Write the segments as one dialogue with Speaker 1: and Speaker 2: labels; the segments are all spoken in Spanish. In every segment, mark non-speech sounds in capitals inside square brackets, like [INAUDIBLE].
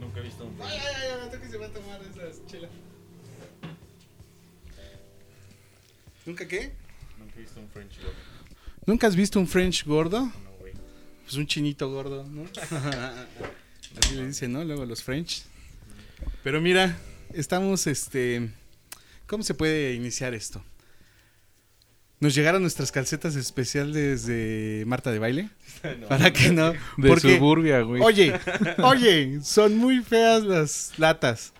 Speaker 1: nunca he visto un
Speaker 2: Ay, ay, ay, ahorita que se va a tomar esas chelas. ¿Nunca qué?
Speaker 1: Nunca he visto un French güey.
Speaker 3: ¿Nunca has visto un French gordo?
Speaker 1: No, güey.
Speaker 3: Pues un chinito gordo, ¿no? [LAUGHS] Así le dicen, ¿no? Luego los French. Pero mira, estamos, este... ¿Cómo se puede iniciar esto? Nos llegaron nuestras calcetas especiales de Marta de Baile.
Speaker 1: [LAUGHS] No.
Speaker 3: Para que no...
Speaker 4: De
Speaker 3: porque-
Speaker 4: suburbia, güey.
Speaker 3: Oye, [LAUGHS] oye, son muy feas las latas.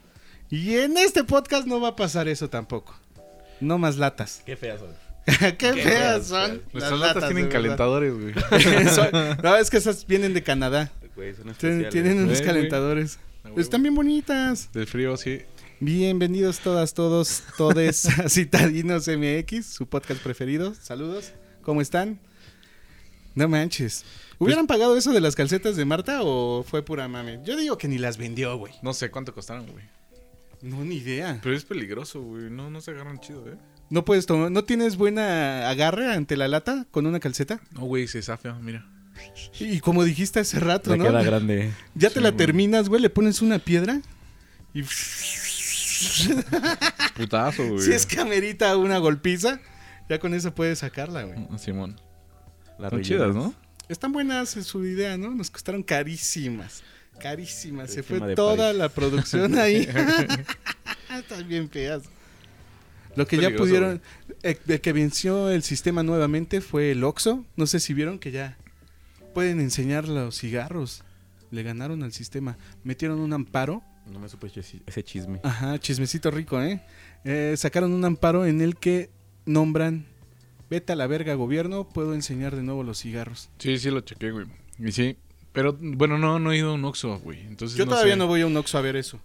Speaker 3: Y en este podcast no va a pasar eso tampoco. No más latas. [LAUGHS]
Speaker 1: Qué feas son.
Speaker 3: Qué, feas
Speaker 1: feas,
Speaker 3: son.
Speaker 4: Nuestras latas
Speaker 3: de
Speaker 4: tienen
Speaker 3: verdad.
Speaker 4: calentadores, [LAUGHS] güey.
Speaker 3: [LAUGHS] Son- no, es que esas vienen de Canadá.
Speaker 1: Güey, son
Speaker 3: Tienen,
Speaker 1: especiales.
Speaker 3: tienen unos
Speaker 4: Güey,
Speaker 3: calentadores.
Speaker 4: güey.
Speaker 3: Están bien bonitas.
Speaker 4: Del frío, sí.
Speaker 3: Bienvenidos todas, todos,
Speaker 4: [LAUGHS]
Speaker 3: todes a Citadinos MX, su podcast preferido. Saludos. ¿Cómo están? No manches. ¿Hubieran
Speaker 4: Pues-
Speaker 3: pagado eso de las calcetas de Marta o fue pura mame? Yo digo que ni las vendió, güey.
Speaker 4: No sé cuánto costaron, güey.
Speaker 3: No, ni idea.
Speaker 4: Pero es peligroso, güey. No, no se agarran chido, ¿eh?
Speaker 3: ¿No puedes tomar, no tienes buena agarre ante la lata con una calceta?
Speaker 4: No, güey, se zafia, mira.
Speaker 3: Y como dijiste hace rato,
Speaker 5: Le
Speaker 3: ¿no?
Speaker 5: queda grande.
Speaker 3: Ya te
Speaker 4: Sí,
Speaker 3: la
Speaker 4: güey.
Speaker 3: terminas, güey, le pones una piedra y [LAUGHS]
Speaker 5: Putazo, güey.
Speaker 3: si es que amerita una golpiza, ya con eso puedes sacarla, güey.
Speaker 4: Mm,
Speaker 5: Simón.
Speaker 1: La
Speaker 5: Son
Speaker 1: rellena.
Speaker 5: chidas, ¿no?
Speaker 3: Están buenas en su idea, ¿no? Nos costaron carísimas. Carísimas. Se
Speaker 5: Carísima
Speaker 3: fue
Speaker 5: de
Speaker 3: toda
Speaker 5: París.
Speaker 3: la producción ahí.
Speaker 5: [LAUGHS]
Speaker 3: [LAUGHS] Están bien feas. Lo que ya
Speaker 4: Peligroso,
Speaker 3: pudieron. eh, El que venció el sistema nuevamente fue el Oxxo. No sé si vieron que ya pueden enseñar los cigarros. Le ganaron al sistema. Metieron un amparo.
Speaker 1: No me supe ese ese chisme.
Speaker 3: Ajá, chismecito rico, ¿eh? Eh, Sacaron un amparo en el que nombran. Vete a la verga, gobierno. Puedo enseñar de nuevo los cigarros.
Speaker 4: Sí, sí, lo chequé, güey. Y sí. Pero, bueno, no, no he ido a un Oxxo, güey. Entonces,
Speaker 3: Yo todavía
Speaker 4: sé.
Speaker 3: no voy a un Oxxo a ver eso.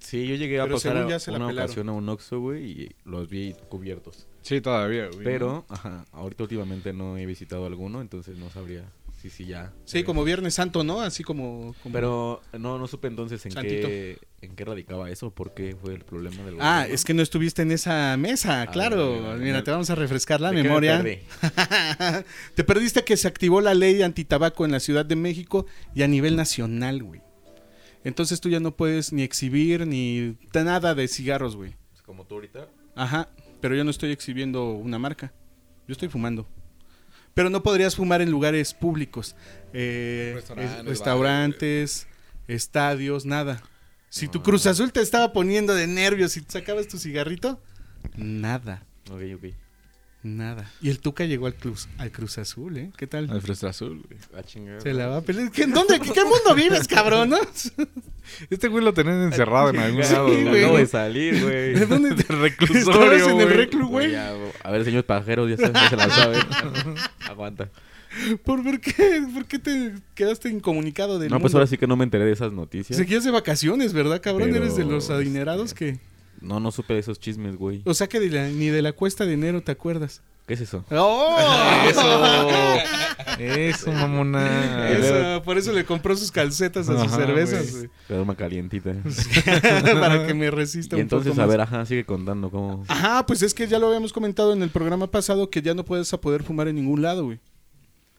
Speaker 1: Sí, yo llegué a
Speaker 3: Pero
Speaker 1: pasar
Speaker 3: según
Speaker 1: a
Speaker 3: ya se la
Speaker 1: una
Speaker 3: pelaron.
Speaker 1: ocasión a un Oxxo, güey, y los vi cubiertos.
Speaker 4: Sí, todavía, güey.
Speaker 1: Pero, ajá, ahorita últimamente no he visitado alguno, entonces no sabría si sí ya.
Speaker 3: Sí, como Viernes Santo, ¿no? Así como... como-
Speaker 1: Pero no, no supe entonces en
Speaker 3: Santito.
Speaker 1: qué, en qué radicaba eso, por qué fue el problema del
Speaker 3: Ah, es que no estuviste en esa mesa,
Speaker 1: Ah,
Speaker 3: claro.
Speaker 1: mira, mira,
Speaker 3: Mira,
Speaker 1: mira.
Speaker 3: te vamos a refrescar la memoria.
Speaker 1: Me perdí?
Speaker 3: te perdiste que se activó la ley antitabaco en la Ciudad de México y a nivel nacional, güey. Entonces tú ya no puedes ni exhibir ni nada de cigarros, güey.
Speaker 1: Pues como tú ahorita.
Speaker 3: Ajá, pero yo no estoy exhibiendo una marca. Yo estoy fumando. Pero no podrías fumar en lugares públicos. Eh,
Speaker 4: Restaurantes,
Speaker 3: es-
Speaker 4: bares,
Speaker 3: restaurantes, estadios, nada. Si tu Cruz Azul te estaba poniendo de nervios y te sacabas tu cigarrito, nada,
Speaker 1: Ok, ok.
Speaker 3: nada. Y el Tuca llegó al Cruz, al Cruz Azul, ¿eh? ¿Qué tal?
Speaker 4: Al frustra azul, güey.
Speaker 1: Ah, chingada.
Speaker 3: Se la va a pelear. ¿Qué- en dónde, qué, qué mundo vives, cabrón? no?
Speaker 4: Este güey lo tenés encerrado en algún
Speaker 1: Sí,
Speaker 4: lado,
Speaker 1: güey.
Speaker 4: güey.
Speaker 1: Acabo
Speaker 4: [LAUGHS]
Speaker 3: güey.
Speaker 1: de salir,
Speaker 3: [LAUGHS]
Speaker 1: güey.
Speaker 3: ¿De dónde te
Speaker 4: reclusorio,
Speaker 3: Estabas en el
Speaker 4: güey.
Speaker 3: reclu, güey.
Speaker 1: Ya, A ver, señor pajero, ya se, ya se la
Speaker 3: [LAUGHS]
Speaker 1: sabe. Aguanta.
Speaker 3: [LAUGHS] ¿Por, por qué, ¿Por qué te quedaste incomunicado del
Speaker 1: No, pues
Speaker 3: mundo?
Speaker 1: ahora sí que no me enteré de esas noticias.
Speaker 3: Seguías de vacaciones, ¿verdad, cabrón?
Speaker 1: Pero,
Speaker 3: Eres de los adinerados que...
Speaker 1: No, no supe de esos chismes, güey.
Speaker 3: O sea que de la- ni de la cuesta de enero te acuerdas.
Speaker 1: ¿Qué es eso?
Speaker 4: Eso. Eso, mamona.
Speaker 3: Eso, Ah, por eso le compró sus calcetas a sus
Speaker 4: Ajá,
Speaker 3: cervezas,
Speaker 4: güey.
Speaker 1: La arma
Speaker 3: [LAUGHS]
Speaker 1: calientita.
Speaker 3: güey, [LAUGHS] para que me resista
Speaker 1: y
Speaker 3: un
Speaker 1: entonces,
Speaker 3: poco
Speaker 1: a
Speaker 3: más.
Speaker 1: ver, ajá, sigue contando cómo.
Speaker 3: Ajá, pues es que ya lo habíamos comentado en el programa pasado que ya no puedes a poder fumar en ningún lado, güey.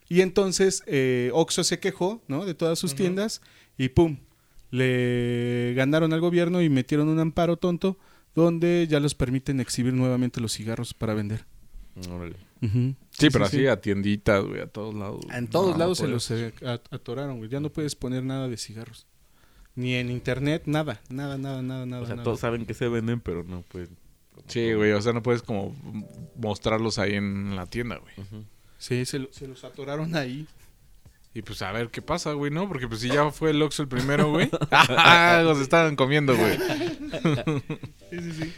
Speaker 3: Y entonces eh, Oxxo se quejó, ¿no? De todas sus tiendas y pum, le ganaron al gobierno y metieron un amparo tonto donde ya los permiten exhibir nuevamente los cigarros para vender.
Speaker 1: Órale.
Speaker 3: Ujú.
Speaker 4: Sí, pero así a tienditas, güey, a todos lados. güey.
Speaker 3: En todos
Speaker 4: No,
Speaker 3: lados se
Speaker 4: pues.
Speaker 3: los eh, at- atoraron, güey. Ya no puedes poner nada de cigarros. Ni en internet, nada. Nada, nada, nada, nada.
Speaker 1: O sea,
Speaker 3: nada.
Speaker 1: todos saben que se venden, pero no, pues.
Speaker 4: Sí, güey, o sea, no puedes como mostrarlos ahí en la tienda, güey.
Speaker 3: Sí, se, lo- se los atoraron ahí.
Speaker 4: Y pues a ver qué pasa, güey, ¿no? Porque pues si ya fue el Oxxo el primero,
Speaker 3: [LAUGHS]
Speaker 4: güey. [LAUGHS] los estaban comiendo, güey.
Speaker 3: Sí, sí, sí.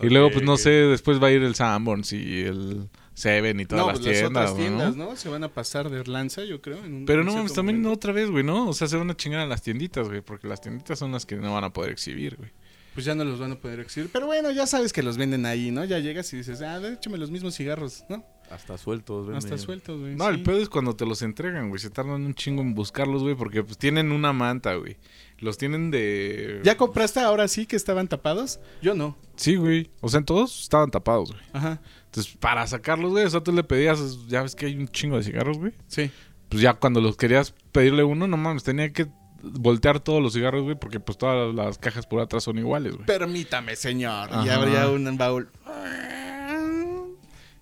Speaker 4: Y luego, pues no sé, después va a ir el Sanborns y el Seven y todas
Speaker 3: No,
Speaker 4: las,
Speaker 3: pues las
Speaker 4: tiendas,
Speaker 3: otras
Speaker 4: güey,
Speaker 3: tiendas,
Speaker 4: ¿no?
Speaker 3: ¿no? Se van a pasar de lanza, yo creo. en un-
Speaker 4: Pero
Speaker 3: en
Speaker 4: no mames,
Speaker 3: cierto
Speaker 4: también
Speaker 3: momento.
Speaker 4: otra vez, güey, ¿no? O sea, se van a chingar a las tienditas, güey, porque las tienditas son las que no van a poder exhibir, güey.
Speaker 3: Pues ya no los van a poder exhibir. Pero bueno, ya sabes que los venden ahí, ¿no? Ya llegas y dices, ah, échame los mismos cigarros, ¿no?
Speaker 1: Hasta sueltos, venden.
Speaker 3: Hasta sueltos, güey.
Speaker 4: Pues No,
Speaker 3: sí.
Speaker 4: el pedo es cuando te los entregan, güey. Se tardan un chingo en buscarlos, güey, porque pues tienen una manta, güey. Los tienen de...
Speaker 3: ¿Ya compraste ahora sí que estaban tapados? Yo no.
Speaker 4: Sí, güey. O sea, en todos estaban tapados, güey.
Speaker 3: Ajá.
Speaker 4: Entonces, para sacarlos, güey, o sea, tú le pedías, ya ves que hay un chingo de cigarros, güey.
Speaker 3: Sí.
Speaker 4: Pues ya cuando los querías pedirle uno, no mames, tenía que voltear todos los cigarros, güey, porque pues todas las cajas por atrás son iguales, güey.
Speaker 3: Permítame, señor.
Speaker 4: Ajá.
Speaker 3: Y abría un baúl.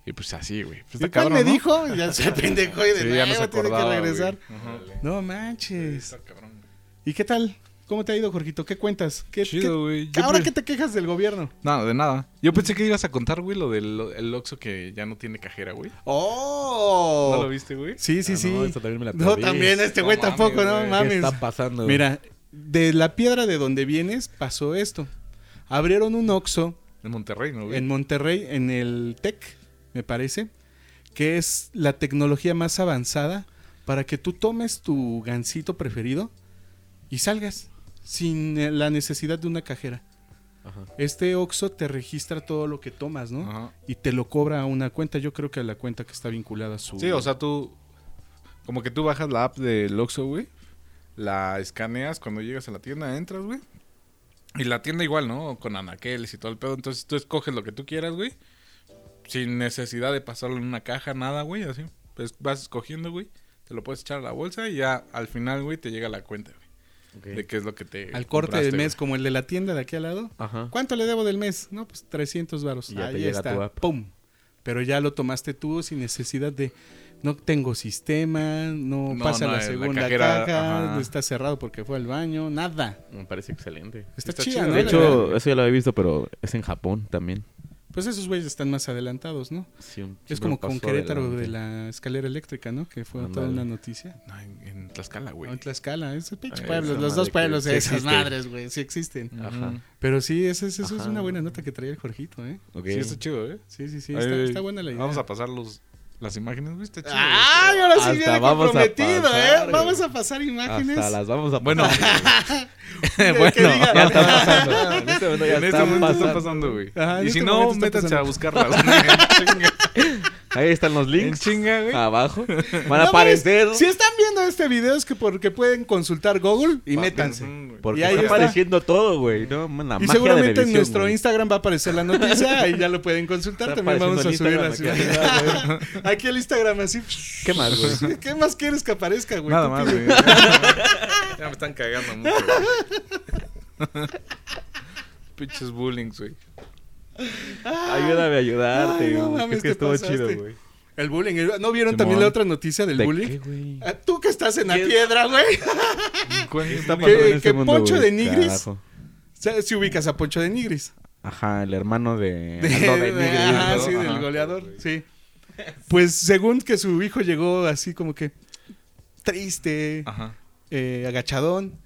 Speaker 4: Y pues así, güey. Pues,
Speaker 3: ¿Y
Speaker 4: está
Speaker 3: cuál
Speaker 4: cabrón,
Speaker 3: me
Speaker 4: ¿no?
Speaker 3: dijo?
Speaker 4: [LAUGHS]
Speaker 3: Ya se pendejo y de
Speaker 4: Sí,
Speaker 3: nuevo
Speaker 4: ya no se
Speaker 3: tiene
Speaker 4: acordaba,
Speaker 3: que
Speaker 4: güey.
Speaker 3: regresar.
Speaker 4: Ajá.
Speaker 3: No manches.
Speaker 4: Está cabrón.
Speaker 3: ¿Y qué tal? ¿Cómo te ha ido, Jorgito? ¿Qué cuentas? ¿Qué,
Speaker 4: Chido, güey.
Speaker 3: qué-
Speaker 4: Yo
Speaker 3: ahora
Speaker 4: pre-
Speaker 3: que te quejas del gobierno.
Speaker 4: Nada, de nada. Yo pensé que ibas a contar, güey, lo del el Oxxo que ya no tiene cajera, güey.
Speaker 3: ¡Oh!
Speaker 4: ¿No lo viste, güey?
Speaker 3: Sí, sí,
Speaker 1: Ah,
Speaker 3: sí.
Speaker 1: no, esa también me la
Speaker 3: No,
Speaker 1: perdí.
Speaker 3: también este
Speaker 4: No
Speaker 3: güey
Speaker 4: mames,
Speaker 3: tampoco, no
Speaker 4: güey.
Speaker 1: ¿Qué
Speaker 3: mames.
Speaker 1: está pasando?
Speaker 3: Mira, de la piedra de donde vienes pasó esto. Abrieron un Oxxo
Speaker 4: En Monterrey, ¿no, güey?
Speaker 3: en Monterrey, en el TEC, me parece, que es la tecnología más avanzada para que tú tomes tu gancito preferido y salgas sin eh, la necesidad de una cajera.
Speaker 1: Ajá.
Speaker 3: Este Oxxo te registra todo lo que tomas, ¿no?
Speaker 4: Ajá.
Speaker 3: Y te lo cobra a una cuenta, yo creo que a la cuenta que está vinculada a su...
Speaker 4: Sí, o sea, tú. Como que tú bajas la app del Oxxo, güey. La escaneas cuando llegas a la tienda, entras, güey. Y la tienda igual, ¿no? Con anaqueles y todo el pedo. Entonces tú escoges lo que tú quieras, güey. Sin necesidad de pasarlo en una caja, nada, güey. Así. Pues vas escogiendo, güey. Te lo puedes echar a la bolsa y ya al final, güey, te llega la cuenta, güey.
Speaker 1: Ok.
Speaker 4: De qué es lo que te.
Speaker 3: al corte del
Speaker 4: compraste,
Speaker 3: mes, como el de la tienda de aquí al lado.
Speaker 1: Ajá.
Speaker 3: ¿Cuánto le debo del mes? No, pues 300 varos.
Speaker 1: Y ya te
Speaker 3: Ahí
Speaker 1: llega
Speaker 3: está.
Speaker 1: tu app.
Speaker 3: ¡Pum! Pero ya lo tomaste tú sin necesidad de... No tengo sistema, no,
Speaker 4: No,
Speaker 3: pasa
Speaker 4: no,
Speaker 3: la
Speaker 4: la
Speaker 3: segunda
Speaker 4: cajera,
Speaker 3: caja,
Speaker 4: ajá.
Speaker 3: no está cerrado porque fue al baño, nada.
Speaker 1: Me parece excelente.
Speaker 3: Está,
Speaker 4: Está
Speaker 3: chida,
Speaker 4: chida,
Speaker 3: Ah, ¿no?
Speaker 1: De
Speaker 4: la
Speaker 1: hecho,
Speaker 4: verdad.
Speaker 1: eso ya lo había visto, pero es en Japón también.
Speaker 3: Pues esos güeyes están más adelantados, ¿no?
Speaker 1: Sí, un-
Speaker 3: Es
Speaker 1: siempre
Speaker 3: como con
Speaker 1: pasó
Speaker 3: Querétaro de
Speaker 1: adelante.
Speaker 3: la escalera eléctrica, ¿no? Que fue toda
Speaker 1: Ándale.
Speaker 3: una noticia.
Speaker 4: güey. No, en, en Tlaxcala, güey.
Speaker 3: O En Tlaxcala, esos pinches
Speaker 4: Esa
Speaker 3: pueblos, los
Speaker 1: madre
Speaker 3: dos
Speaker 1: que
Speaker 3: pueblos,
Speaker 1: sí
Speaker 3: esas
Speaker 1: existe.
Speaker 3: madres, güey, sí existen.
Speaker 1: Ajá.
Speaker 4: Ujú.
Speaker 3: Pero sí, esa es, eso es
Speaker 1: Ajá.
Speaker 3: una buena nota que traía el Jorgito, ¿eh?
Speaker 1: Ok.
Speaker 4: Sí, está chido, ¿eh?
Speaker 3: Sí, sí, sí, está,
Speaker 4: Ahí,
Speaker 3: está buena la idea.
Speaker 4: Vamos a pasar los, las imágenes, güey. Está chido. güey.
Speaker 1: Ah.
Speaker 3: ¡Ay, ahora sí
Speaker 1: Hasta
Speaker 3: viene
Speaker 1: vamos a
Speaker 3: comprometido,
Speaker 1: pasar,
Speaker 3: eh!
Speaker 1: güey.
Speaker 3: Vamos a pasar imágenes. [LAUGHS]
Speaker 1: Hasta las vamos a [LAUGHS]
Speaker 4: Bueno.
Speaker 3: que
Speaker 1: bueno,
Speaker 3: diga-
Speaker 1: ya
Speaker 3: [LAUGHS]
Speaker 1: está pasando. En este momento ya
Speaker 4: en este
Speaker 1: está
Speaker 4: momento
Speaker 1: pasando.
Speaker 4: está pasando, güey.
Speaker 3: Ajá, en
Speaker 4: y
Speaker 3: este
Speaker 4: si no,
Speaker 3: momento está
Speaker 4: métanse
Speaker 3: pasando. [LAUGHS]
Speaker 4: a buscarlas. En chinga,
Speaker 1: Ahí están los
Speaker 4: en
Speaker 1: links.
Speaker 4: chinga, güey.
Speaker 3: [LAUGHS]
Speaker 1: Abajo. Van
Speaker 3: No
Speaker 1: a
Speaker 3: mames,
Speaker 1: aparecer.
Speaker 3: Si están viendo este video es que porque pueden consultar Google y métanse.
Speaker 4: Ujú, güey.
Speaker 1: Porque
Speaker 3: Y ahí
Speaker 1: está
Speaker 3: está.
Speaker 1: apareciendo todo, güey. No, man, la
Speaker 3: Y
Speaker 1: magia de
Speaker 3: seguramente
Speaker 1: la edición,
Speaker 3: en nuestro
Speaker 1: güey.
Speaker 3: Instagram va a aparecer
Speaker 1: [LAUGHS]
Speaker 3: la noticia, ahí ya lo pueden consultar,
Speaker 1: Está
Speaker 3: también vamos a
Speaker 1: apareciendo
Speaker 3: subir
Speaker 1: en
Speaker 3: así.
Speaker 1: Instagram,
Speaker 3: Aquí el Instagram así. [LAUGHS]
Speaker 1: ¿Qué más, güey?
Speaker 3: ¿Qué más quieres que aparezca, güey?
Speaker 4: Nada
Speaker 3: Tú
Speaker 4: más,
Speaker 3: pide-
Speaker 4: güey. ya me están cagando mucho, güey. Pinches bullying, güey.
Speaker 3: Ah.
Speaker 1: Ayúdame a ayudarte,
Speaker 3: Ay, no
Speaker 1: güey.
Speaker 3: mames,
Speaker 1: es que
Speaker 3: te
Speaker 1: estuvo
Speaker 3: pasaste.
Speaker 1: chido, güey.
Speaker 3: El bullying. el- ¿No vieron
Speaker 1: Simón.
Speaker 3: también la otra noticia del
Speaker 1: ¿De
Speaker 3: bullying?
Speaker 1: qué, güey?
Speaker 3: Ah, Tú que estás en la piedra, güey. [LAUGHS]
Speaker 4: ¿Cuál es
Speaker 1: Está
Speaker 4: el
Speaker 1: pasando
Speaker 4: bullying?
Speaker 3: ¿Qué-
Speaker 1: en este
Speaker 3: qué
Speaker 1: mundo,
Speaker 3: Poncho
Speaker 1: güey?
Speaker 3: de Nigris?
Speaker 1: Carajo.
Speaker 3: Si ubicas a Poncho de Nigris.
Speaker 1: Ajá, el hermano de.
Speaker 3: De- [LAUGHS]
Speaker 1: Aldo de Nigris,
Speaker 3: ajá,
Speaker 1: ¿no?
Speaker 3: sí, del
Speaker 4: Ajá.
Speaker 3: goleador, sí. Pues según que su hijo llegó así como que triste,
Speaker 4: Ajá.
Speaker 3: eh, agachadón.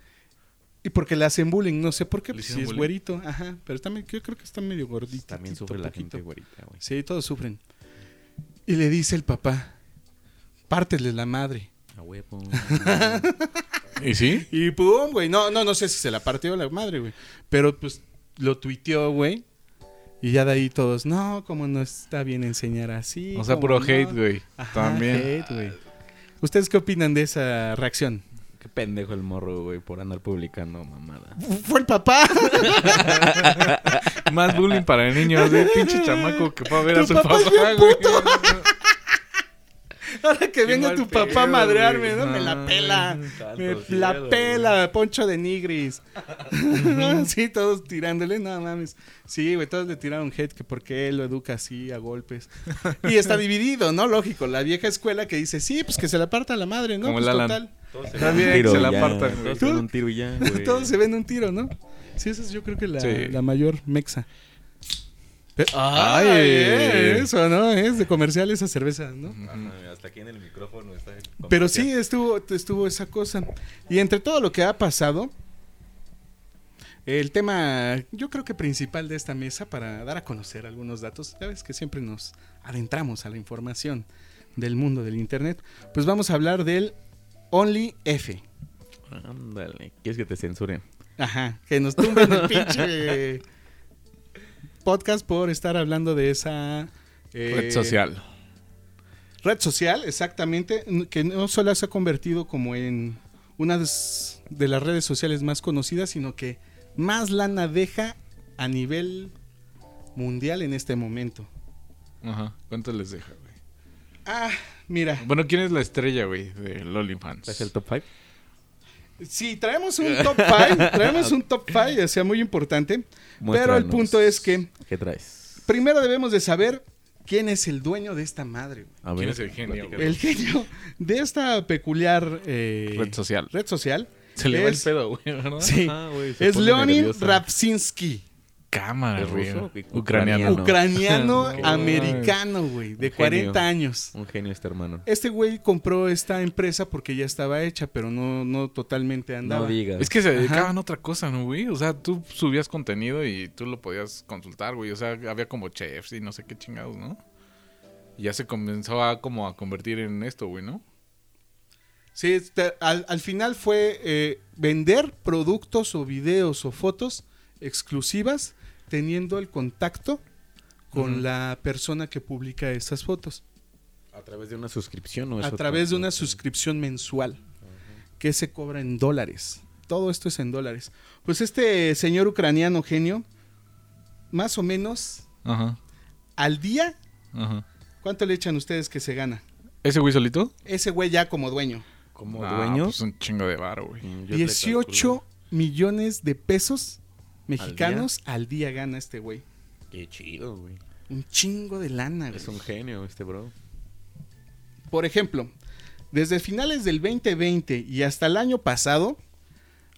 Speaker 3: Y porque le hacen bullying, no sé por qué,
Speaker 4: Le
Speaker 3: pues, si
Speaker 4: hicieron
Speaker 3: es
Speaker 4: bullying.
Speaker 3: güerito, ajá, pero también yo creo que está medio gordito.
Speaker 1: También sufre la gente güerita, güey.
Speaker 3: Sí, todos sufren. Y le dice el papá, párteles la madre.
Speaker 1: A huevo.
Speaker 3: [LAUGHS]
Speaker 4: ¿Y sí?
Speaker 3: Y pum, güey. No, no, no sé si se la partió la madre, güey. Pero pues lo tuiteó, güey. Y ya de ahí todos, no, como no está bien enseñar así.
Speaker 4: O sea,
Speaker 3: cómo
Speaker 4: puro
Speaker 3: no".
Speaker 4: hate, güey.
Speaker 3: Ajá,
Speaker 4: También.
Speaker 3: hate, güey. ¿Ustedes qué opinan de esa reacción?
Speaker 1: Qué pendejo el morro, güey, por andar publicando mamada.
Speaker 3: Fue el papá.
Speaker 4: Más bullying para niños, güey. Pinche chamaco que fue a ver a
Speaker 3: Tu
Speaker 4: su
Speaker 3: papá
Speaker 4: papá,
Speaker 3: es bien
Speaker 4: güey.
Speaker 3: Ahora que
Speaker 4: Qué
Speaker 3: venga
Speaker 4: mal
Speaker 3: tu papá
Speaker 4: pedo,
Speaker 3: a madrearme,
Speaker 4: güey.
Speaker 3: ¿no? Me la
Speaker 4: Ay,
Speaker 3: pela.
Speaker 1: tanto
Speaker 3: Me
Speaker 1: cielo,
Speaker 3: la pela, Poncho de Nigris. [LAUGHS] sí, todos tirándole, no mames. Sí, güey, todos le tiraron hate que porque él lo educa así a golpes. Y
Speaker 4: [LAUGHS]
Speaker 3: está dividido, ¿no? Lógico, la vieja escuela que dice, sí, pues que se la parta la madre, ¿no?
Speaker 4: Como
Speaker 3: Pues
Speaker 4: el Alan.
Speaker 3: total.
Speaker 4: También que se la apartan, güey.
Speaker 1: Todos con un tiro y ya, güey.
Speaker 3: [LAUGHS] Todos se ven un tiro, ¿no? Sí, esa es yo creo que la,
Speaker 4: Sí.
Speaker 3: la mayor mexa.
Speaker 4: Ay.
Speaker 3: eh, eso, ¿no? Es de comercial esa cerveza, ¿no?
Speaker 1: Ajá, Hasta aquí en el micrófono está el
Speaker 3: Pero
Speaker 1: comercial.
Speaker 3: sí, estuvo, estuvo esa cosa. Y entre todo lo que ha pasado, el tema, yo creo que principal de esta mesa para dar a conocer algunos datos, ya ves que siempre nos adentramos a la información del mundo del Internet, pues vamos a hablar del Only F.
Speaker 1: Ándale, quieres que te censuren.
Speaker 3: Ajá, que nos tumben
Speaker 4: [LAUGHS]
Speaker 3: el pinche podcast por estar hablando de esa... eh,
Speaker 4: Red social.
Speaker 3: Red social, exactamente, n- que no solo se ha convertido como en una des- de las redes sociales más conocidas, sino que más lana deja a nivel mundial en este momento.
Speaker 4: Ajá. ¿Cuánto les deja, güey?
Speaker 3: Ah, mira,
Speaker 4: Bueno, ¿quién es la estrella, güey, de Lolly Fans?
Speaker 1: ¿Es el top 5?
Speaker 3: Sí, traemos un top
Speaker 4: [LAUGHS]
Speaker 3: 5, traemos un top 5, o sea, muy importante. Pero el
Speaker 1: Muéstranos.
Speaker 3: punto es que
Speaker 1: ¿Qué traes?
Speaker 3: primero debemos de saber quién es el dueño de esta madre, güey.
Speaker 1: A
Speaker 4: ¿Quién es el genio,
Speaker 1: platícanos.
Speaker 4: güey?
Speaker 3: El genio de esta peculiar eh,
Speaker 4: Red social.
Speaker 3: red social
Speaker 4: Se le va el
Speaker 3: es-
Speaker 4: pedo, güey, ¿verdad? Ah,
Speaker 3: Sí.
Speaker 1: Ajá, güey, se
Speaker 3: es
Speaker 1: pone
Speaker 3: Leonin
Speaker 1: nervioso.
Speaker 3: Rapsinsky,
Speaker 4: Cámara,
Speaker 1: ¿Es
Speaker 4: güey.
Speaker 1: ruso?
Speaker 4: Ucraniano.
Speaker 1: No.
Speaker 3: ucraniano
Speaker 1: [LAUGHS] No,
Speaker 3: americano, güey, de
Speaker 1: Un genio.
Speaker 3: 40 años.
Speaker 1: Un genio este hermano.
Speaker 3: Este güey compró esta empresa porque ya estaba hecha, pero no, no totalmente andaba.
Speaker 1: No digas.
Speaker 4: Es que se dedicaban a otra cosa, ¿no, güey? O sea, tú subías contenido y tú lo podías consultar, güey. O sea, había como chefs y no sé qué chingados, ¿no? Y ya se comenzó a como a convertir en esto, güey, ¿no?
Speaker 3: Sí, este, al, al final fue eh, vender productos o videos o fotos exclusivas teniendo el contacto con
Speaker 4: Ujú.
Speaker 3: la persona que publica esas fotos
Speaker 1: a través de una suscripción o es
Speaker 3: a
Speaker 1: otro?
Speaker 3: través de una
Speaker 1: Ok.
Speaker 3: suscripción mensual que se cobra en dólares. Todo esto es en dólares. Pues este señor ucraniano genio, más o menos
Speaker 4: Ajá,
Speaker 3: al día,
Speaker 4: ajá.
Speaker 3: ¿cuánto le echan ustedes que se gana?
Speaker 4: ¿Ese güey solito?
Speaker 3: Ese güey ya como dueño.
Speaker 1: Como
Speaker 4: Ah,
Speaker 1: dueño.
Speaker 4: Pues un chingo de varo, güey.
Speaker 1: Mm, yo te
Speaker 3: 18 millones de pesos mexicanos al día, gana este güey.
Speaker 1: calculo. Qué chido, güey.
Speaker 3: Un chingo de lana, güey.
Speaker 1: Es un genio este bro.
Speaker 3: Por ejemplo, desde finales del 2020 y hasta el año pasado,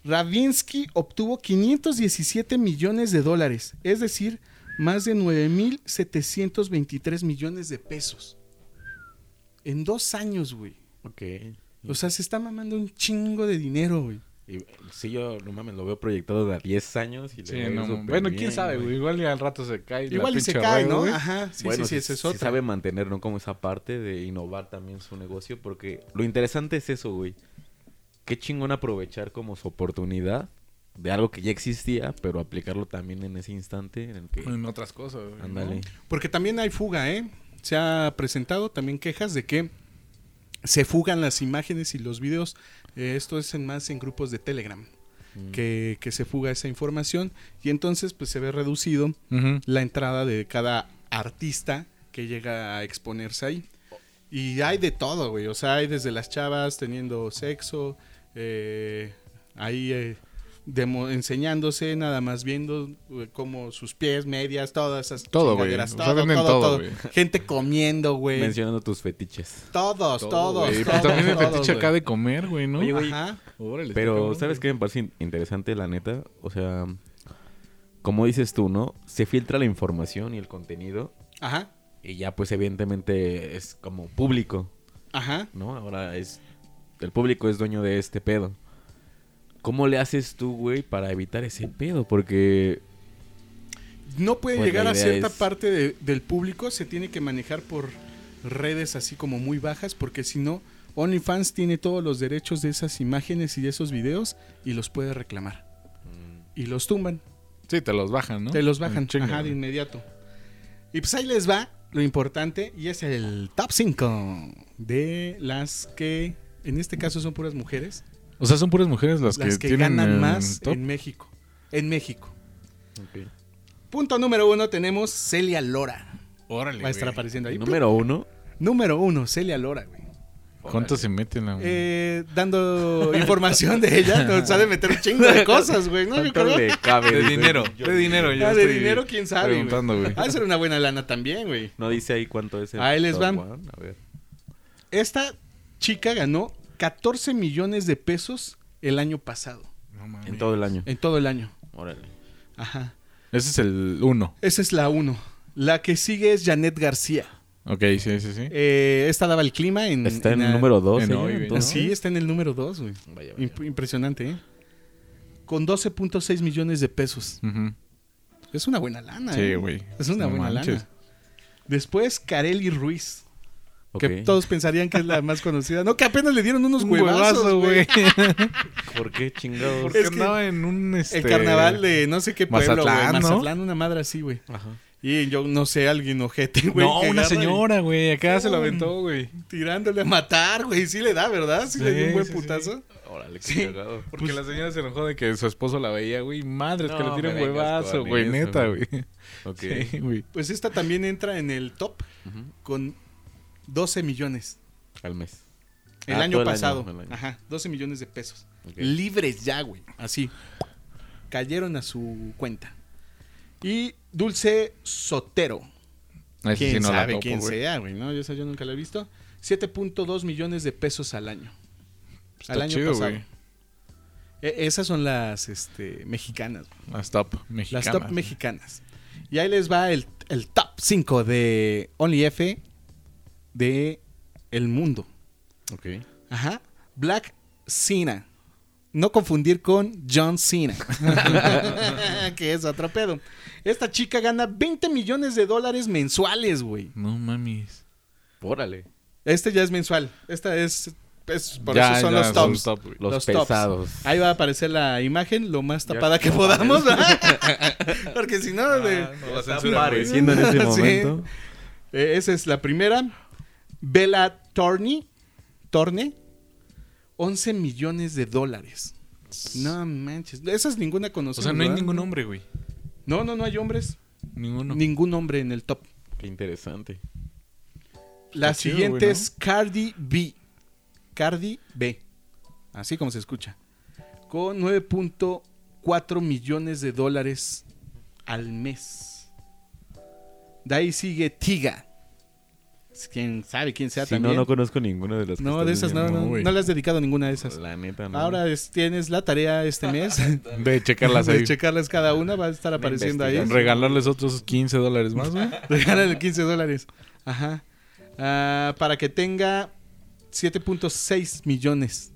Speaker 3: Ravinsky obtuvo 517 millones de dólares, es decir, más de 9.723 millones de pesos. En dos años, güey.
Speaker 1: Ok.
Speaker 3: O sea, se está mamando un chingo de dinero, güey.
Speaker 1: Y, sí, yo no mames, lo veo proyectado de a 10 años. Y le
Speaker 4: Sí,
Speaker 1: veo
Speaker 4: no,
Speaker 1: súper
Speaker 4: bueno,
Speaker 1: bien,
Speaker 4: quién sabe, güey. Igual y al rato se cae. la
Speaker 3: Igual y se
Speaker 4: pinche
Speaker 3: cae,
Speaker 4: red,
Speaker 3: ¿no?
Speaker 4: güey.
Speaker 3: Ajá, sí,
Speaker 1: bueno,
Speaker 3: sí, sí, ese es otro.
Speaker 1: sabe mantener, ¿no? Como esa parte de innovar también su negocio, porque lo interesante es eso, güey. Qué chingón aprovechar como su oportunidad de algo que ya existía, pero aplicarlo también en ese instante en el que...
Speaker 4: En otras cosas, güey. ¿no?
Speaker 1: Ándale.
Speaker 3: Porque también hay fuga, ¿eh? Se ha presentado también quejas de que se fugan las imágenes y los videos. Eh, esto es en más en grupos de Telegram,
Speaker 1: Mm.
Speaker 3: que, que se fuga esa información y entonces pues se ve reducido
Speaker 4: Ujú.
Speaker 3: la entrada de cada artista que llega a exponerse ahí. Y hay de todo, güey. O sea, hay desde las chavas teniendo sexo, eh, ahí eh, demo- enseñándose, nada más viendo güey, como sus pies, medias, todas esas
Speaker 4: Todo, güey.
Speaker 3: chingaderas,
Speaker 4: O sea, venden todo, güey.
Speaker 3: Gente comiendo, güey.
Speaker 1: Mencionando tus fetiches.
Speaker 3: Todos,
Speaker 4: Todo,
Speaker 3: todos,
Speaker 4: güey.
Speaker 3: todos,
Speaker 4: Pues también el
Speaker 3: todos,
Speaker 4: fetiche
Speaker 3: güey.
Speaker 4: acá de comer, güey, ¿no?
Speaker 1: Oye, güey,
Speaker 3: Ajá.
Speaker 4: Órale, está
Speaker 1: Pero,
Speaker 4: cabrón,
Speaker 1: ¿sabes
Speaker 4: güey.
Speaker 1: qué me parece in- interesante, la neta? O sea, como dices tú, ¿no? Se filtra la información y el contenido
Speaker 3: Ajá.
Speaker 1: y ya, pues, evidentemente es como público,
Speaker 3: Ajá.
Speaker 1: ¿no? Ahora es... El público es dueño de este pedo. ¿Cómo le haces tú, güey, para evitar ese pedo? Porque...
Speaker 3: No puede
Speaker 1: Pues, la
Speaker 3: llegar a
Speaker 1: idea
Speaker 3: cierta
Speaker 1: es-
Speaker 3: parte de- del público, se tiene que manejar por redes así como muy bajas, porque si no, OnlyFans tiene todos los derechos de esas imágenes y de esos videos y los puede reclamar. Y los tumban,
Speaker 4: Sí, te los bajan, Mm. ¿no?
Speaker 3: te los bajan,
Speaker 4: En chinga,
Speaker 3: ajá, de
Speaker 4: güey.
Speaker 3: inmediato. Y pues ahí les va lo importante y es el top 5 de las que, en este caso son puras mujeres,
Speaker 4: O sea, son puras mujeres las,
Speaker 3: las que,
Speaker 4: tienen
Speaker 3: ganan
Speaker 4: el
Speaker 3: más
Speaker 4: top.
Speaker 3: en México. En México.
Speaker 1: Ok.
Speaker 3: Punto número uno tenemos Celia Lora.
Speaker 4: Órale,
Speaker 3: Va a estar
Speaker 4: güey.
Speaker 3: apareciendo ahí.
Speaker 1: Número uno.
Speaker 3: Número uno, Celia Lora, güey.
Speaker 4: ¿Cuánto se meten
Speaker 1: Mm.
Speaker 4: la
Speaker 3: Eh, dando [LAUGHS] información de ella, nos ha de meter un chingo de cosas, güey, ¿no? Yo
Speaker 1: ¿Cuánto
Speaker 3: creo.
Speaker 1: le cabe?
Speaker 4: De
Speaker 1: Dice,
Speaker 4: dinero,
Speaker 1: yo-
Speaker 4: de dinero. yo
Speaker 3: Ah, de
Speaker 4: estoy
Speaker 3: dinero, quién sabe, güey.
Speaker 4: Preguntando, güey.
Speaker 3: Ha de ser una buena lana también, güey.
Speaker 1: No dice ahí cuánto es el...
Speaker 3: Ahí les
Speaker 1: top
Speaker 3: van.
Speaker 1: one, A ver.
Speaker 3: Esta chica ganó 14 millones de pesos el año pasado,
Speaker 4: No
Speaker 3: Ah,
Speaker 4: mames.
Speaker 1: En todo el año.
Speaker 3: en todo el año.
Speaker 1: Órale.
Speaker 3: Ajá.
Speaker 4: Ese es el uno.
Speaker 3: Esa es la uno. La que sigue es Janet García.
Speaker 4: Ok, sí, sí, sí.
Speaker 3: Eh, esta daba el clima en...
Speaker 1: Está en el
Speaker 3: en la-
Speaker 1: número dos,
Speaker 4: en
Speaker 1: ella,
Speaker 4: hoy, güey,
Speaker 1: entonces.
Speaker 3: Sí, está en el número dos, güey.
Speaker 1: Vaya, vaya.
Speaker 3: Imp- impresionante, ¿eh? Con 12.6 millones de pesos.
Speaker 4: Ujú.
Speaker 3: Es una buena lana.
Speaker 4: Sí,
Speaker 3: ¿eh?
Speaker 4: güey.
Speaker 3: Es una
Speaker 4: No
Speaker 3: buena
Speaker 4: manches.
Speaker 3: lana. Después, Carelli Ruiz. Que
Speaker 1: Ok.
Speaker 3: todos pensarían que es la más conocida. No, que apenas le dieron unos
Speaker 4: Un
Speaker 3: huevazos,
Speaker 4: huevazo,
Speaker 3: güey.
Speaker 1: ¿Por qué chingados?
Speaker 4: Porque
Speaker 3: [LAUGHS] Es que
Speaker 4: andaba en un. Este...
Speaker 3: El carnaval de no sé qué pueblo, güey.
Speaker 4: Mazatlán, ¿no?
Speaker 3: Mazatlán, una madre así, güey.
Speaker 1: Ajá.
Speaker 3: Y yo no sé, alguien ojete, güey.
Speaker 4: No,
Speaker 3: que
Speaker 4: una
Speaker 3: agarra y
Speaker 4: señora, güey. Acá se la
Speaker 3: Uy.
Speaker 4: aventó, güey.
Speaker 3: Tirándole a matar, güey. Sí le da, ¿verdad? Sí, le dio un
Speaker 4: Sí,
Speaker 3: buen
Speaker 4: sí,
Speaker 3: putazo.
Speaker 1: Órale, qué
Speaker 3: Sí.
Speaker 1: cagado.
Speaker 4: Porque la señora se enojó de que su esposo la veía, güey. Madre, es que
Speaker 1: No,
Speaker 4: le tira un
Speaker 1: me vengas
Speaker 4: huevazo,
Speaker 1: con
Speaker 4: güey.
Speaker 1: eso,
Speaker 4: Neta, güey.
Speaker 1: Ok.
Speaker 4: Sí, güey.
Speaker 3: Pues esta también entra en el top
Speaker 1: Ujú.
Speaker 3: con 12 millones
Speaker 1: Al mes.
Speaker 3: El
Speaker 1: Ah,
Speaker 3: año
Speaker 1: todo el año,
Speaker 3: pasado.
Speaker 1: el año.
Speaker 3: Ajá, 12 millones de pesos.
Speaker 1: Ok.
Speaker 3: Libres ya, güey. Así. Cayeron a su cuenta. Y Dulce Sotero.
Speaker 4: Ese sí
Speaker 3: ¿Quién
Speaker 4: no la
Speaker 3: sabe
Speaker 4: topo,
Speaker 3: quién
Speaker 4: güey.
Speaker 3: sea, güey? No, yo, esa yo nunca la he visto. 7.2 millones de pesos al año.
Speaker 1: Pues
Speaker 4: Está
Speaker 3: al año
Speaker 4: chido,
Speaker 3: pasado.
Speaker 4: güey.
Speaker 3: E- esas son las este, mexicanas. güey.
Speaker 4: Las top mexicanas.
Speaker 3: Las top mexicanas. Y ahí les va el, el top 5 de OnlyF de el mundo.
Speaker 1: Ok.
Speaker 3: Ajá. Black Cena. No confundir con John Cena. [LAUGHS] que es otro pedo. Esta chica gana 20 millones de dólares mensuales, güey.
Speaker 4: No mames.
Speaker 1: Órale.
Speaker 3: Este ya es mensual. Esta es. es- por
Speaker 4: Ya,
Speaker 3: eso son
Speaker 4: ya,
Speaker 3: los
Speaker 4: son
Speaker 3: tops.
Speaker 4: top, güey.
Speaker 1: Los,
Speaker 3: Los tops.
Speaker 1: pesados.
Speaker 3: Ahí va a aparecer la imagen lo más
Speaker 1: Ya.
Speaker 3: tapada que podamos. [LAUGHS] Porque si no. de-
Speaker 4: Ah, no la
Speaker 1: Está
Speaker 4: censuran, güey.
Speaker 1: apareciendo en ese
Speaker 3: [LAUGHS] Sí.
Speaker 1: momento.
Speaker 3: Eh, esa es la primera. Bella Torney. Torne. 11 millones de dólares. No manches. Esa es ninguna
Speaker 4: O
Speaker 3: conocida.
Speaker 4: sea, no hay
Speaker 3: ¿verdad?
Speaker 4: ningún hombre, güey.
Speaker 3: No, no, no hay hombres.
Speaker 4: Ninguno.
Speaker 3: Ningún hombre en el top.
Speaker 1: Qué interesante.
Speaker 3: La
Speaker 4: chido,
Speaker 3: siguiente
Speaker 4: güey, ¿no?
Speaker 3: es Cardi B. Cardi B. Así como se escucha. Con 9.4 millones de dólares al mes. De ahí sigue Tiga. Quién sabe quién sea
Speaker 1: Si
Speaker 3: también.
Speaker 1: no, no conozco ninguna de las que
Speaker 3: No,
Speaker 1: estás
Speaker 3: de esas no,
Speaker 1: diciendo,
Speaker 3: no,
Speaker 1: güey.
Speaker 3: no le has dedicado a ninguna de esas.
Speaker 1: La neta, no.
Speaker 3: Ahora es- tienes la tarea este
Speaker 1: [LAUGHS]
Speaker 3: mes
Speaker 4: De [LAUGHS] checarlas ahí.
Speaker 3: de checarlas cada una, va a estar apareciendo ahí.
Speaker 1: investigación.
Speaker 4: Regalarles otros 15 dólares más, [LAUGHS] güey.
Speaker 3: [LAUGHS] Regálale 15 dólares. Ajá. Ah, para que tenga 7.6 millones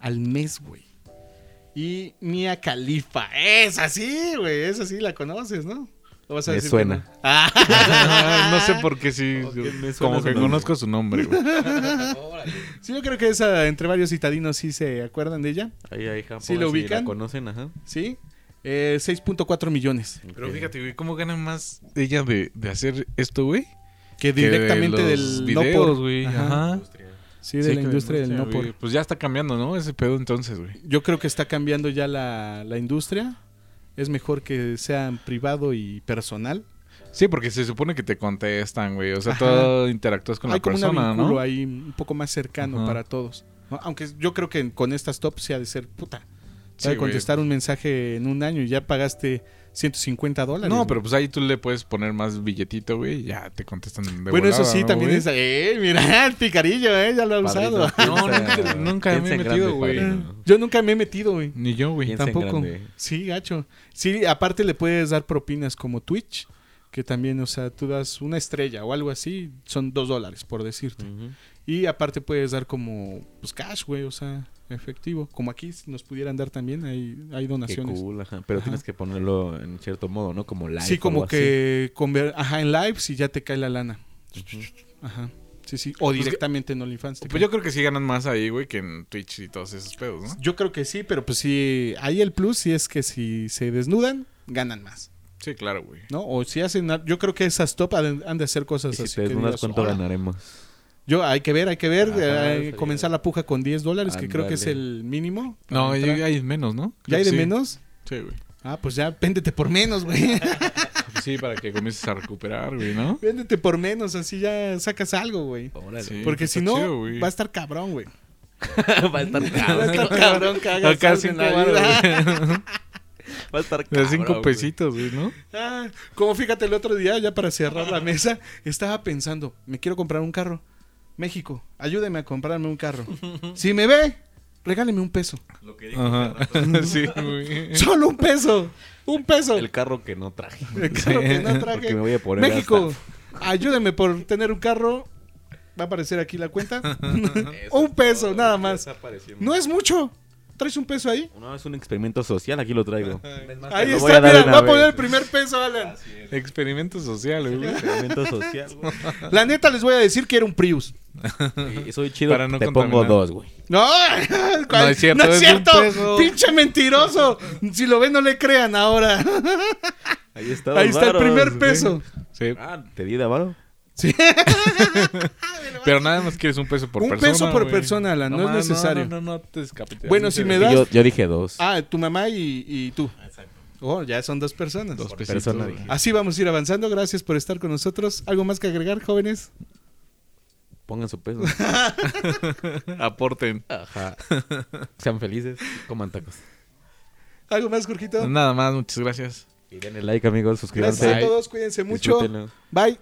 Speaker 3: al mes, güey. Y Mia Califa. Esa sí, güey. Esa sí la conoces, ¿no? ¿O vas
Speaker 1: Me
Speaker 3: que
Speaker 1: suena.
Speaker 3: no? Ah,
Speaker 4: no sé por Oh, qué sí.
Speaker 1: Ok, me suena
Speaker 4: Como
Speaker 1: su
Speaker 4: que
Speaker 1: nombre.
Speaker 4: conozco su nombre, güey.
Speaker 3: sí, yo creo que esa entre varios citadinos sí se acuerdan de ella.
Speaker 1: Ahí hay Japón.
Speaker 3: ¿Sí lo ubican?
Speaker 1: La conocen, ajá.
Speaker 3: ¿Sí? Eh, 6.4 millones.
Speaker 4: Pero
Speaker 1: Ok.
Speaker 4: fíjate, güey, ¿cómo gana más ella de, de hacer esto, güey?
Speaker 3: Que directamente
Speaker 4: de
Speaker 3: del
Speaker 4: los
Speaker 3: no por.
Speaker 4: videos, güey. Ajá.
Speaker 3: Sí, de la
Speaker 4: que
Speaker 3: industria del no
Speaker 4: güey.
Speaker 3: por.
Speaker 4: Pues ya está cambiando, ¿no? Ese pedo entonces, güey.
Speaker 3: Yo creo que está cambiando ya la, la industria. Es mejor que sean privado y personal.
Speaker 4: Sí, porque se supone que te contestan, güey. O sea,
Speaker 3: Ajá.
Speaker 4: todo interactúas con
Speaker 3: Hay
Speaker 4: la
Speaker 3: como un
Speaker 4: persona,
Speaker 3: vínculo
Speaker 4: ¿no?
Speaker 3: ahí un poco más cercano
Speaker 4: Ajá.
Speaker 3: para todos. ¿no? Aunque yo creo que con estas top se ha de ser puta.
Speaker 4: Sí,
Speaker 3: Se ha de
Speaker 4: güey.
Speaker 3: contestar un mensaje en un año y ya pagaste 150 dólares.
Speaker 4: No, pero pues ahí tú le puedes poner más billetito, güey. y Ya te contestan de
Speaker 3: Bueno, eso
Speaker 4: volada,
Speaker 3: sí,
Speaker 4: ¿no,
Speaker 3: también
Speaker 4: güey?
Speaker 3: es... ¡Eh, mira! [LAUGHS] El picarillo, ¿eh? Ya lo ha usado. [LAUGHS]
Speaker 1: Padrino,
Speaker 4: No,
Speaker 1: piensa-
Speaker 4: nunca- nunca me he
Speaker 1: piensa en
Speaker 4: metido,
Speaker 1: grande,
Speaker 4: güey.
Speaker 1: padrino.
Speaker 3: Yo nunca me he metido, güey.
Speaker 4: Ni yo, güey.
Speaker 1: Piensa en
Speaker 3: Tampoco.
Speaker 1: grande.
Speaker 3: Sí, gacho. Sí, aparte le puedes dar propinas como Twitch, que también, o sea, tú das una estrella o algo así, son dos dólares, por decirte.
Speaker 1: Ujú.
Speaker 3: Y aparte puedes dar como, pues, cash, güey, o sea, efectivo. Como aquí si nos pudieran dar también, hay, hay
Speaker 1: Qué
Speaker 3: donaciones.
Speaker 1: cool, ajá. Pero tienes que ponerlo en cierto modo, ¿no? Como live.
Speaker 3: sí, como
Speaker 1: algo así.
Speaker 3: que, conver- ajá, en live, si ya te cae la lana. Ajá. Sí, sí. O directamente en OnlyFans. te
Speaker 4: Pues
Speaker 3: cae.
Speaker 4: yo creo que sí ganan más ahí, güey, que en Twitch y todos esos pedos, ¿no?
Speaker 3: yo creo que sí, pero pues sí, ahí el plus sí es que si se desnudan, ganan más.
Speaker 4: Sí, claro, güey.
Speaker 3: ¿no? O si hacen, al- yo creo que esas top han han de hacer cosas
Speaker 1: Y si
Speaker 3: así.
Speaker 1: te
Speaker 3: que
Speaker 1: desnudas,
Speaker 3: digas,
Speaker 1: ¿cuánto
Speaker 3: "Hola".
Speaker 1: ganaremos?
Speaker 3: Yo, hay que ver, hay que ver,
Speaker 1: Ajá,
Speaker 3: eh,
Speaker 1: estaría-
Speaker 3: comenzar la puja con 10 dólares, que creo que es
Speaker 1: Ándale.
Speaker 3: el mínimo. para
Speaker 4: No,
Speaker 3: entrar.
Speaker 4: ya hay menos, ¿no?
Speaker 3: ¿Ya
Speaker 4: Creo
Speaker 3: hay de
Speaker 4: que sí.
Speaker 3: menos?
Speaker 4: Sí, güey.
Speaker 3: Ah, pues ya, véndete por menos, güey. [LAUGHS]
Speaker 4: Sí, para que comiences a recuperar, güey, ¿no?
Speaker 3: véndete por menos, así ya sacas algo, güey.
Speaker 1: Órale.
Speaker 4: Sí.
Speaker 3: Porque
Speaker 4: está
Speaker 3: si no,
Speaker 4: chido, güey.
Speaker 3: va a estar cabrón,
Speaker 4: [LAUGHS]
Speaker 3: güey.
Speaker 1: [LAUGHS] Va a estar
Speaker 3: [LAUGHS] Va a
Speaker 1: cabrón.
Speaker 3: estar [LAUGHS] cabrón que hagas
Speaker 4: Acá
Speaker 3: algo
Speaker 4: cinco
Speaker 3: en la
Speaker 4: varos,
Speaker 3: vida.
Speaker 1: Va a estar
Speaker 4: De
Speaker 1: cabrón.
Speaker 4: cinco
Speaker 1: güey.
Speaker 4: pesitos, güey, [LAUGHS] ¿no?
Speaker 3: Ah, como fíjate el otro día, ya para cerrar la mesa, estaba pensando, me quiero comprar un carro. México, ayúdeme a comprarme un
Speaker 4: [LAUGHS]
Speaker 3: carro. Si me ve, regáleme un peso.
Speaker 4: Ajá. [LAUGHS] sí, güey.
Speaker 3: Solo un peso. Un peso.
Speaker 1: El carro que no
Speaker 3: [LAUGHS]
Speaker 1: traje. [LAUGHS]
Speaker 3: El carro que no traje.
Speaker 1: Porque me voy a poner
Speaker 3: México, ayúdeme por tener un carro. Va a aparecer aquí la cuenta.
Speaker 1: [LAUGHS]
Speaker 3: [LAUGHS] un peso, nada más. No es mucho. ¿Traes un peso ahí?
Speaker 1: No, es un experimento social, aquí lo traigo.
Speaker 3: Ahí
Speaker 1: lo voy
Speaker 3: está,
Speaker 1: a dar
Speaker 3: mira,
Speaker 1: de
Speaker 3: va
Speaker 1: una
Speaker 3: a poner
Speaker 1: vez. Ah,
Speaker 3: el primer peso, Alan.
Speaker 4: Experimento social, güey.
Speaker 1: Experimento social, güey.
Speaker 3: La neta les voy a decir que era un Prius. [LAUGHS]
Speaker 1: Y soy chido,
Speaker 4: Para no
Speaker 1: te pongo
Speaker 4: contaminar.
Speaker 1: dos, güey.
Speaker 3: No, [LAUGHS]
Speaker 4: No es cierto,
Speaker 3: no es
Speaker 4: es un
Speaker 3: cierto.
Speaker 4: peso.
Speaker 3: pinche mentiroso. Si lo ven, no le crean ahora.
Speaker 1: Ahí está, dos
Speaker 3: [LAUGHS] Ahí está el
Speaker 1: varos,
Speaker 3: primer
Speaker 1: güey.
Speaker 3: peso.
Speaker 4: Sí.
Speaker 1: Ah, te di de avaro.
Speaker 4: Pero nada más quieres un peso por
Speaker 3: Un
Speaker 4: persona.
Speaker 3: peso por
Speaker 4: güey.
Speaker 3: persona, Alan, no es
Speaker 4: más,
Speaker 3: necesario.
Speaker 4: No, no, no te escapes.
Speaker 3: Bueno, si me
Speaker 1: Y
Speaker 3: das-
Speaker 1: Yo, yo dije dos.
Speaker 3: Ah, tu mamá y, y tú. Oh, ya son dos personas.
Speaker 4: Dos pesitos.
Speaker 1: persona
Speaker 4: güey.
Speaker 1: dije.
Speaker 3: Así vamos a ir avanzando. Gracias por estar con nosotros. ¿Algo más que agregar, jóvenes?
Speaker 1: pongan su
Speaker 3: [LAUGHS]
Speaker 1: peso.
Speaker 4: Aporten.
Speaker 1: Ajá. Sean felices, coman tacos.
Speaker 3: ¿Algo más, Jorgito?
Speaker 4: Nada más, muchas gracias.
Speaker 1: Y denle like, amigos,
Speaker 3: Gracias
Speaker 1: suscríbanse.
Speaker 3: a todos, cuídense mucho.
Speaker 1: Disfrútenlo.
Speaker 3: Bye.